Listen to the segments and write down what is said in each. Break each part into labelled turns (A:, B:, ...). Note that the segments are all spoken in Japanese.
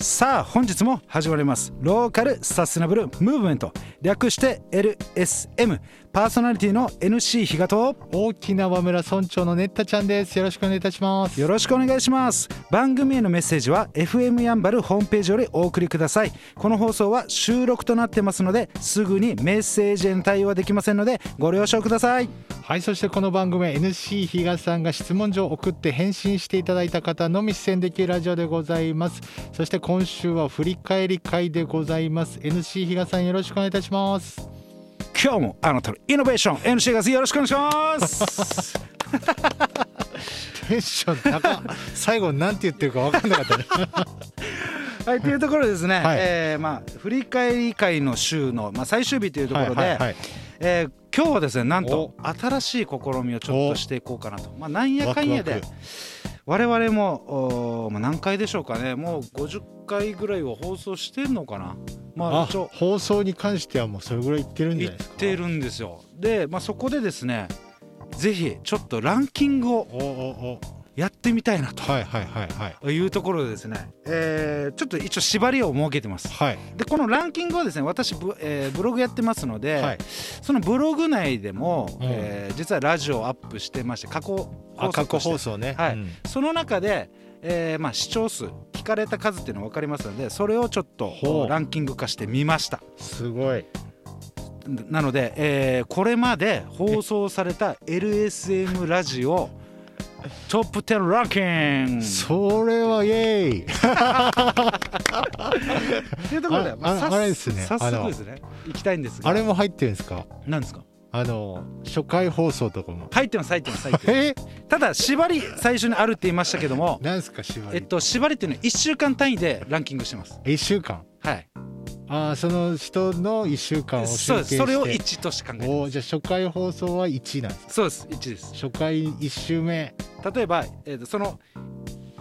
A: さあ本日も始まりますローカルサステナブルムーブメント略して LSM パーソナリティの NC 比嘉と
B: 沖縄村村長のネッタちゃんですよろしくお願いいたします
A: よろしくお願いします番組へのメッセージは FM やんばるホームページよりお送りくださいこの放送は収録となってますのですぐにメッセージへの対応はできませんのでご了承ください
B: はいそしてこの番組は NC 比嘉さんが質問状を送って返信していただいた方のみ出演できるラジオでございますそして今週は振り返り会でございます NC 比嘉さんよろしくお願いいたします
A: 今日もあなたのイノベーション NC がよろしくお願いします
B: テンショ ン高っ最後なんて言ってるか分かんなかったね
A: はい、というところでですね、
B: はい
A: えーまあ、振り返り会の週の、まあ、最終日というところで、
B: はいはいはい
A: えー今日はですねなんと新しい試みをちょっとしていこうかなと、まあ、なんやかんやで
B: ワク
A: 我々もおー、まあ、何回でしょうかねもう50回ぐらいを放送してんのかな、まあ、
B: あ
A: 一応
B: 放送に関してはもうそれぐらい言ってるんじゃ
A: 言っ
B: ないですか
A: てるんですよで、まあ、そこでですねぜひちょっとランキングを
B: おおお
A: やってみたいなと
B: はいはいはいはい
A: いうところでですね、えーちょっと一応縛りを設けてます
B: はい
A: でこのランキングはですね私ブ,、えーブログやってますので、
B: はい
A: そのブログ内でも、
B: うん
A: えー実はラジオをアップしてまして過去放送
B: あ過去放
A: として
B: 送ね
A: はい
B: うん
A: その中で、えーまあ、視聴数聞かれた数っていうの分かりますのでそれをちょっ
B: ほ
A: と
B: う
A: ランキング化してみました
B: すごい
A: なので、えーこれまで放送された LSM ラジオトップ10ランキング
B: それはイエーイ
A: というところで
B: あ
A: ま
B: あ
A: さ
B: あれですね
A: 早
B: あ
A: 速
B: の
A: ですね行きたいんですが
B: あれも入ってるんですか
A: なんですか
B: あの初回放送とかも
A: 入ってます入ってます入ってます
B: え
A: ただ縛り最初にあるって言いましたけども
B: なんですか縛
A: えっ
B: り
A: と縛りっていうのは1週間単位でランキングしてます
B: 一週間
A: はい
B: ああその人の一週間を集
A: そう
B: 計
A: で
B: して
A: すそれを1として考えて
B: おーじゃあ初回放送は一なんです
A: そうです1です
B: 初回一週目
A: 例えば、えっとその、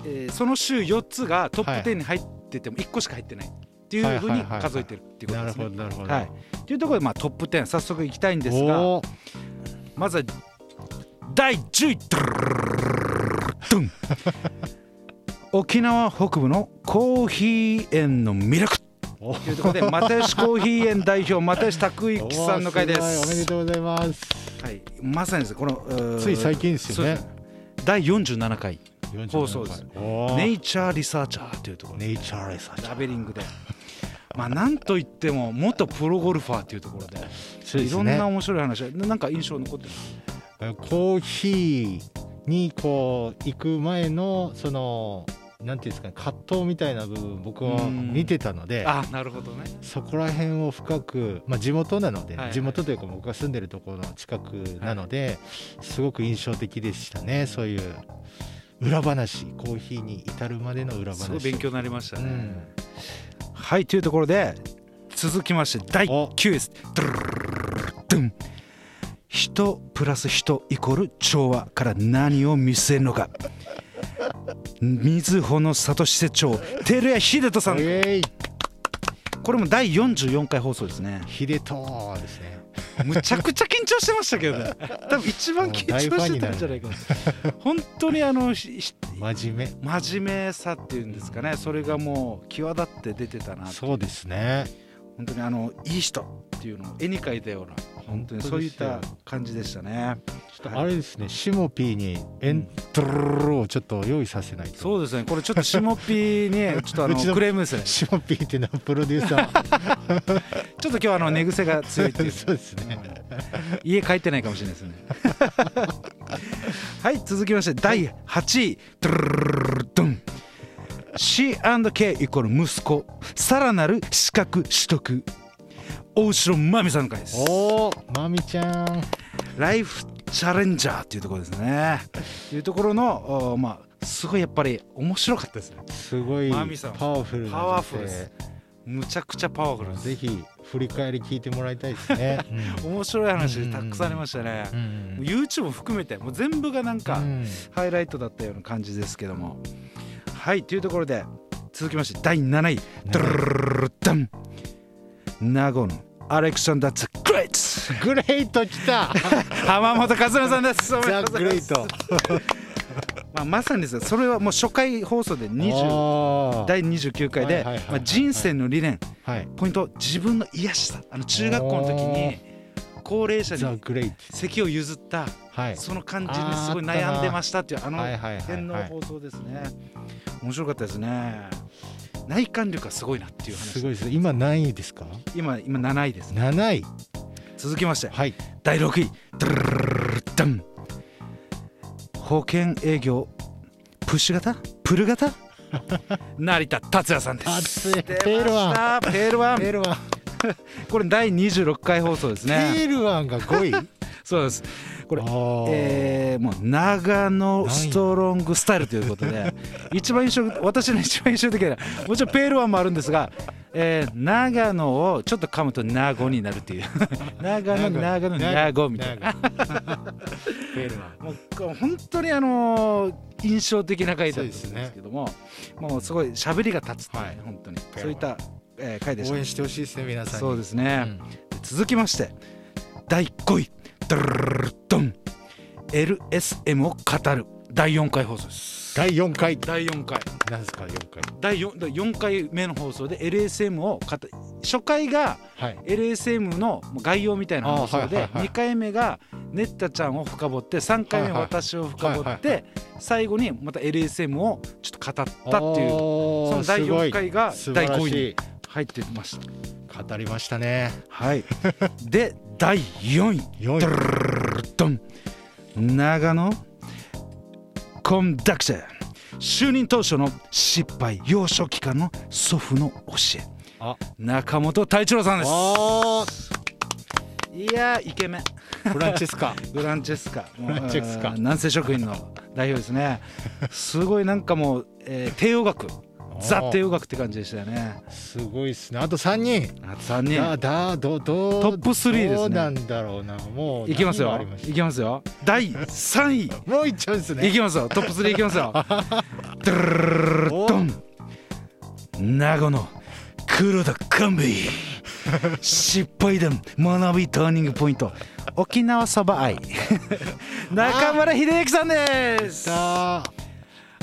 A: えーその週4つがト
B: は
A: ッ
B: い
A: プ10に入ってても1個しか入ってないっていうふう
B: はい
A: に
B: はいはいはい
A: 数えてるっていうこと
B: な
A: で
B: る
A: すね
B: ほどなるほど
A: はいというところで、まあ、トップ10早速いきたいんですが
B: おー
A: まずは第10位ドゥルルルルルドゥン沖縄北部のコーヒー園の魅力
B: お
A: というところで又吉コーヒー園代表又吉拓之さんの会です
B: おーごいおめでとうございます
A: はい、まさにですねこのうー
B: つい最近ですよね
A: そう第47回
B: 47
A: 放送です「
B: お
A: ネ
B: ー
A: イチャーリサーチャー」というところ
B: ネイチャーレサーチ
A: ラベリングで。まあなんといっても元プロゴルファーというところで
B: そうで
A: い
B: す
A: ろん
B: ね
A: な面白い話ななんか印象残ってる
B: コーヒーにこう行く前のそのなんていうんですかね葛藤みたいな部分僕は見てたので
A: あなるほどね
B: そこら辺を深く、まあ、地元なので、
A: はいはい
B: 地元というか僕が住んでるところの近くなので、すごく印象的でしたねそういう裏話コーヒーに至るまでの裏話
A: すごい勉強になりました
B: う
A: ね、
B: ん
A: はいというところで続きまして第9位ですドゥルルルルルルルン人プラス人イコール調和から何を見据えるのか水穂の里施設長照屋秀人さん
B: ええい
A: これも第44回放送ですね
B: 秀とですね
A: むちゃくちゃ緊張してましたけどね多分一番緊張してたんじゃないかな本当にあのひひ
B: 真面
A: 真面目さっていうんですかねそれがもう際立って出てたな
B: 目
A: と
B: そうですね
A: 本当にあのいい人っていうのを絵に描いたような本当にそういった感じでしたね
B: ちょっとあれですね、シモピーにエントロロロをちょっと用意させないと。
A: そうですねこれちょっと下ピーにちょっとあの
B: うちの
A: クレームですね
B: シモピーってのはプロデューサー。
A: ちょっと今日はあの寝癖が 強いっていう,、
B: そうですね。
A: うん家帰ってないかもしれないですねはい続きまして第8位ドゥルルルルルドン C&K イコール息子さらなる資格取得大城真美さんの回です
B: おお、まみちゃん。
A: ライフチャレンジャーっていうところですね。というところの、おまあ、すごいやっぱり面白かったですね。
B: すごい
A: まみさん
B: パワフルな女
A: パ
B: 性。
A: ワフルです。むちゃくちゃパワフルです。
B: ぜひ振り返り聞いてもらいたいです ね。
A: 面白い話たくさんありましたね。
B: うん
A: もう YouTube も含めて、もう全部がなんか、
B: うん
A: ハイライトだったような感じですけども。はい、というところで、続きまして、第7位。ドゥルルルルルダン名護のアレクサンダー・ザ・グレイツ
B: グレイト来た。
A: 浜本和也さんです。おめで
B: ザ
A: とうご
B: グ
A: ざい
B: レ
A: ま
B: イ
A: す
B: ト。
A: まああまさにですねそれはもう初回放送で20
B: あー
A: 第29回
B: は
A: で
B: いはいはいはい
A: まあ人生の理念
B: はい
A: ポイント自分の癒しさあの中学校の時に高齢者
B: ザ・
A: に
B: グレイト
A: 席を譲った
B: はい
A: その感じ
B: あ
A: に
B: ー
A: すごい悩んでましたっていうあの
B: はいはいは
A: 辺
B: い
A: の
B: はい
A: 放送ですね面白かったですね内観力がすごいなっていう
B: す
A: 話
B: ごいですね今何位ですか
A: 今今7位ですね
B: 7位
A: 続きまして
B: はい
A: 第6位ドゥルルルルルダン保険営業プッシュ型プル 型成田達也さんで
B: あ
A: す
B: つい
A: 出
B: ペール
A: まし
B: ワ
A: たペールワ
B: ンペー
A: ン
B: ルワン
A: これ第26回放送です
B: ペ
A: ね
B: ールワンが5位
A: そうですこれ
B: あー
A: えーもう長野ストロングスタイルということで一番印象私の一番印象的なもちろんペールワンもあるんですが、えー長野をちょっと噛むと名護になるっていう 長野長野名護みたいな
B: な。 ペル
A: もうこう本当にあのー印象的な回だったんですけども、もうすごい喋りが立つっていうね、
B: はい
A: 本当に
B: ルワン
A: そういった、えー回でし
B: 応
A: た
B: 援してほしいですね皆さんに。
A: そうですね、
B: うん
A: 続きまして第5位ドルルルルルドン LSM を語る第4回放送です
B: 第4回
A: 第4回
B: なんですか4回。
A: 第 4, 第4回目の放送で LSM を語る初回が
B: はい。
A: LSM の概要みたいな放送
B: あー
A: で
B: はいはいはい
A: 2回目がネッタちゃんを深掘って3回目
B: はいはい
A: 私を深掘
B: はい
A: っ
B: はいは
A: て最後にまた LSM をちょっと語ったっていうそ
B: の
A: の第4回が第5位に
B: 位
A: 入ってました
B: 語りましたね。
A: はいで第4位
B: 4
A: ドル
B: 位
A: ルルルルドン長野コンダクション就任当初の失敗幼少期間の祖父の教え
B: あ
A: 中本太一郎さんです
B: あ
A: いやーイケメン
B: ーフランチェスカ
A: フランチェスカフ
B: ランチェスカ
A: 南西職員の代表ですねすごいなんかもう、えー、帝王学ザ帝王学って感じでしたよね
B: すごいですね。あと3人。
A: あと3人
B: だだどど
A: トップ3ですね
B: どうなんだろうなもう
A: いきます
B: 何
A: よ
B: がありまし
A: いきますよ第3
B: たもういっちゃうんです
A: 位い
B: ね。
A: きますよトップ3いきますよドゥルルルルルドン名護の黒田勘兵衛失敗談学びターニングポイント沖縄そば愛中村秀幸さんです
B: さあ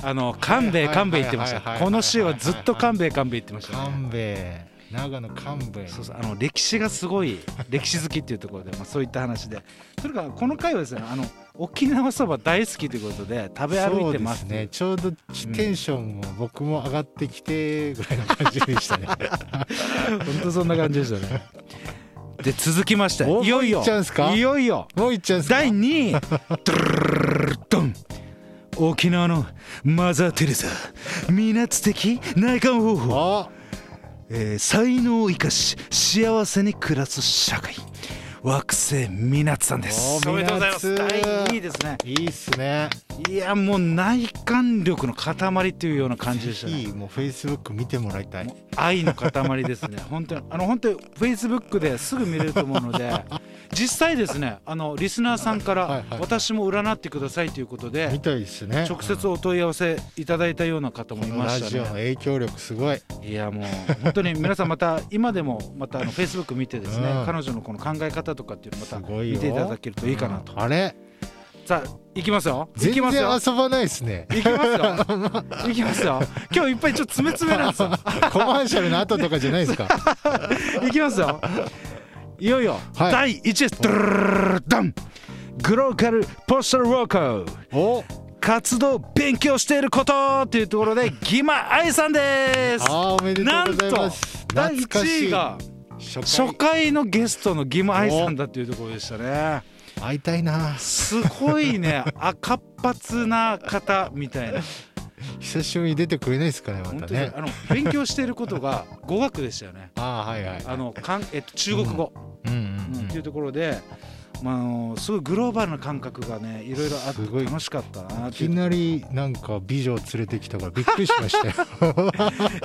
A: あの勘兵衛
B: はい
A: 勘兵衛言ってました
B: はいはいはいはい
A: この週はずっと勘兵衛勘兵衛言ってましたね
B: 勘兵衛長野勘兵衛
A: そうそうあの歴史がすごい歴史好きっていうところで、まあ、そういった話でとにかくこの回はですねあの沖縄そば大好きということで食べ歩いてます
B: そうですねちょうどテンションも僕も上がってきてぐらいの感じでし たね
A: 本当そんな感じでしたねで続きまして
B: お
A: いよい
B: も
A: よ
B: う行っちゃうんすか
A: いよいよ
B: もういっちゃうんですか
A: 第2位ドゥルルルルルドン沖縄のマザー・テレサみなつ的内観方法
B: あ
A: えー才能を生かし幸せに暮らす社会惑星みなつさんです
B: おーみなつ
A: 第2位ですね
B: いいっすね
A: いやもう内観力の塊というような感じでした
B: い
A: ね
B: いもうフェイスブック見てもらいたい
A: もう愛の塊です ね本当にあの本当にフェイスブックですぐ見れると思うので実際ですねあのリスナーさんか
B: はい
A: ら
B: はいはい
A: 私も占ってくださいということで
B: 見たいですね
A: 直接お問い合わせいただいたような方も
B: こ
A: い
B: の
A: ま
B: ラ
A: した
B: ジオの
A: ね
B: 影響力すごい
A: いやもう本当に皆さんまた今でもまたあのフェイスブック見てですね、
B: うん
A: 彼女のこの考え方とかっていうのまた
B: すごいよ
A: 見ていただけるといいかなと、
B: あれ
A: さあ行きますよ行
B: 全
A: き
B: 然
A: ますよ
B: 遊ばないですね
A: 行きますよ行きますよ今日いっぱいちょっと詰め詰めなんですよ
B: コマーシャルの後とかじゃな いですか
A: 行きますよいよいよ、
B: はい
A: 第1位ですドゥルルルルルダングローカルポスタルワーカー
B: お
A: 活動勉強していることっていうところでギマ愛さんです
B: あーおめでと
A: な
B: うご
A: ん
B: ざい
A: と
B: ます
A: 第
B: 懐かし
A: 1
B: い
A: 位が
B: 初
A: 初
B: 回
A: 回のゲストのギマ愛さんだっていうところでしたね
B: 会いたいな
A: すごい ねあ活発な方みたいな
B: 久しぶりに出てくれないですかねま
A: 本
B: た
A: 当に
B: ね
A: あの勉強していることが語学でしたよね
B: あーはいはい
A: あのかん、えっと、中国語、
B: うん
A: うん
B: うん
A: っていうところで、まああの、すごいグローバルな感覚がねいろいろあっ
B: すご
A: て
B: い
A: 楽しかったなっ
B: い
A: てい
B: き
A: う
B: なりなんか美女を連れてきたからびっくりしましたよ。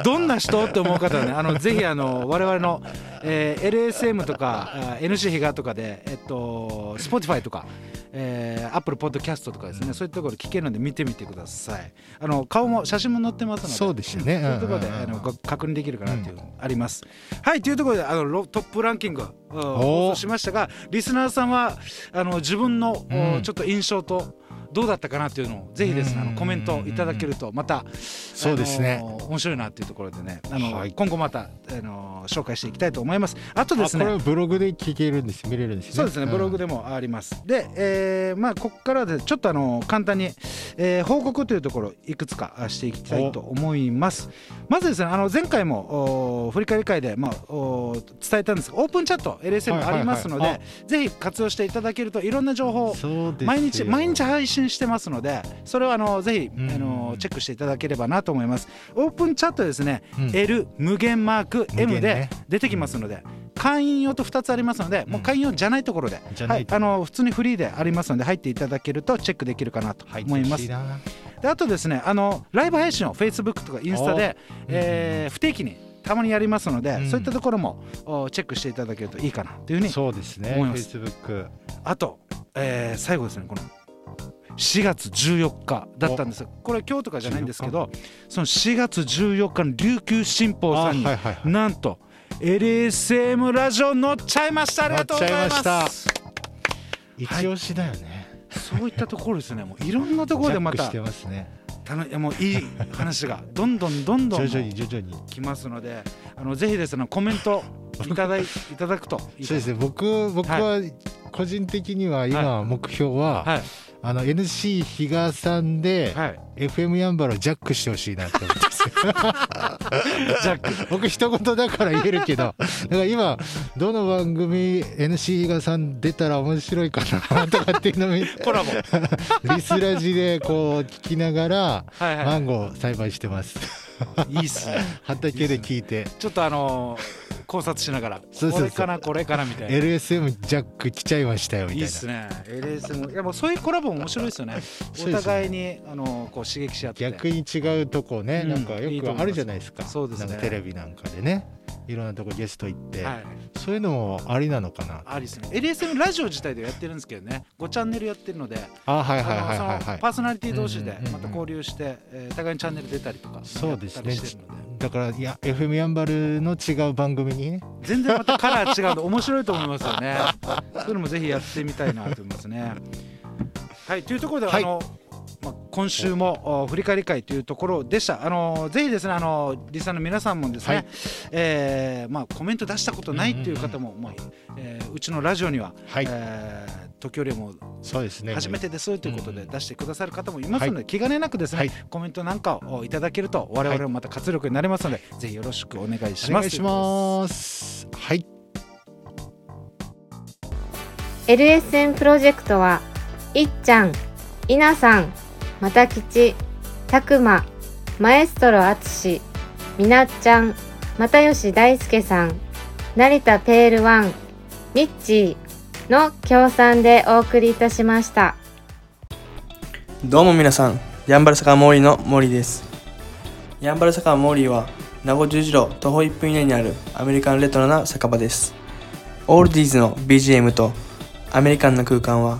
A: どんな人って思う方はねあのぜひあの我々の、えー LSM とかあー NC 比嘉とかで、えっと、Spotify とか、えー、Apple Podcast とかですね、そういったところ聞けるので見てみてくださいあの顔も写真も載ってますので
B: そうでしたね
A: んそういうところで、
B: うんうんうん
A: あのご確認できるかなっていうのあります、はいというところであのロトップランキングを
B: お
A: 放送しましたがリスナーさんはあの自分の、
B: うん
A: おちょっと印象とどうだったかなっていうのをぜひですねあ
B: う
A: の
B: ん
A: コメントいただけるとまた
B: そうですね
A: あの面白いなっていうところでねあの、
B: はい
A: 今後またあの紹介していきたいと思いますあとで
B: あ
A: す
B: こ
A: ね
B: れはブログで聞けるんです見れるんですね
A: そうですね、ブログ
B: で、
A: でもあります。で、えーまあ、ここからでちょっとあの簡単に、えー報告というところ、いくつかあしていきたいと思います。まずですね、あの前回もおー振り返り会で、まあ、おー伝えたんですが、オープンチャット、
B: はい
A: LSM
B: はい
A: あ
B: はい
A: りますので、ぜひ活用していただけると、いろんな情報、
B: そうですよ
A: 毎日毎日配信してますので、それをあのぜひ、
B: うん
A: あのチェックしていただければなと思います。オープンチャットですね、
B: うん
A: L 無限マーク
B: 無
A: M
B: 限
A: で
B: ね
A: 出てきますので、会員用と2つありますので、もう会員用じゃないところで、
B: じゃ
A: は
B: ないい、
A: あの普通にフリーでありますので入っていただけるとチェックできるかなと
B: 入って
A: 思いま
B: ほし
A: す。
B: なは
A: であとですねあのライブ配信を Facebook とかインスタで、えー不定期にたまにやりますので、
B: うん
A: そういったところもおチェックしていただけるといいかなというふうに
B: そうですね
A: 思います
B: Facebook
A: あと、えー最後ですねこの4月14日だったんですがこれ今日とかじゃないんですけどその4月14日の琉球新報さんに、
B: あはいはいはい
A: なんと LSM ラジオ乗っちゃいましたありがとうござい
B: 乗っちゃい
A: ま。
B: ます一押しだよね、
A: そういったところですね。もういろんなと
B: ど
A: ころでま
B: ジャッ
A: た
B: クしてますね
A: たのいやもういい話が どんどんどんどん
B: 徐々
A: もう
B: に徐々に
A: 来ますので、あのぜひですねコメントいただいいただくといいか
B: そ
A: な
B: うですね僕僕は個人的には今目標は、
A: はい
B: あの NC 比嘉さんで、
A: はい。
B: FM やんばるをジャックしてほしいなって思ってます
A: ジャック
B: 僕一言だから言えるけどだから今どの番組 NC 比嘉さん出たら面白いかなとかっていうのを見て
A: コラボ。は
B: リスラジでこう聞きながら
A: い
B: マ
A: は
B: ンゴー栽培してます
A: い。いいっすね。
B: 畑で聞いて
A: ちょっとあのー考察しながら
B: そうそうそう
A: これかなこれかなみたいな。
B: LSM ジャック来ちゃいましたよみ
A: い
B: たい
A: い
B: な
A: っすね。LSM いやもうそういうコラボも面白いですよね。
B: そう
A: お
B: ですね
A: 互いにあのーこう刺激し合って。
B: 逆に違うとこね、
A: うん
B: なんかよくあるじゃないですか
A: いいと思いますそうですね
B: なんかテレビなんかでねいろんなとこゲスト行って、
A: はい。
B: そういうのもありなのかな
A: ありですね。LSM ラジオ自体でやってるんですけどね。5チャンネルやってるので。
B: あはいはいはい
A: あの
B: はい
A: そ
B: は
A: の
B: い
A: パーソナリティ同士で
B: うんうんうん
A: また交流して、えー互いにチャンネル出たりとか
B: そうですね
A: やったりしてるので
B: だからいや FM やんばるの違う番組にね
A: 全然またカラー違うんで面白いと思いますよねそういうのもぜひやってみたいなと思いますねはいというところで、
B: はい
A: あのまあ、今週もお振り返り会というところでした。あのぜひですね、あのリスナーの皆さんもですね、
B: はい
A: えーまあコメント出したことないっていう方も、ううえーうちのラジオには、
B: はい
A: えー時折も
B: そうですね
A: 初めてですということで出してくださる方もいますの
B: は
A: で気兼ねなくです
B: は
A: ね
B: い
A: コメントなんかをいただけると我々もまた活力になりますのでぜひよろしくお願いし
B: お
A: ま
B: 願
A: す。
B: いしますはい
C: LSN プロジェクトはいっちゃん、いなさん、またきち、たくま、マエストロあつし、みなっちゃん、またよし大輔さん、成田ペールワン、ミッチーの協賛でお送りいたしました。
D: どうも皆さん、ヤンバル坂モーリーのモーリーです。ヤンバル坂モーリーは、名護十字路徒歩1分以内にあるアメリカンレトロな酒場です。オールディーズの BGM とアメリカンな空間は、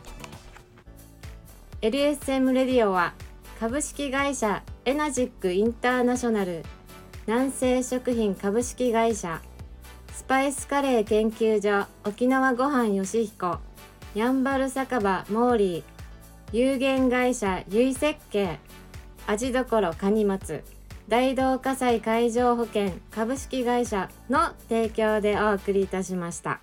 C: LSM レディオは株式会社エナジックインターナショナル南西食品株式会社スパイスカレー研究所沖縄ごはんよしひこやんばる酒場モーリー有限会社ゆい設計味どころかにまつ大同火災海上保険株式会社の提供でお送りいたしました。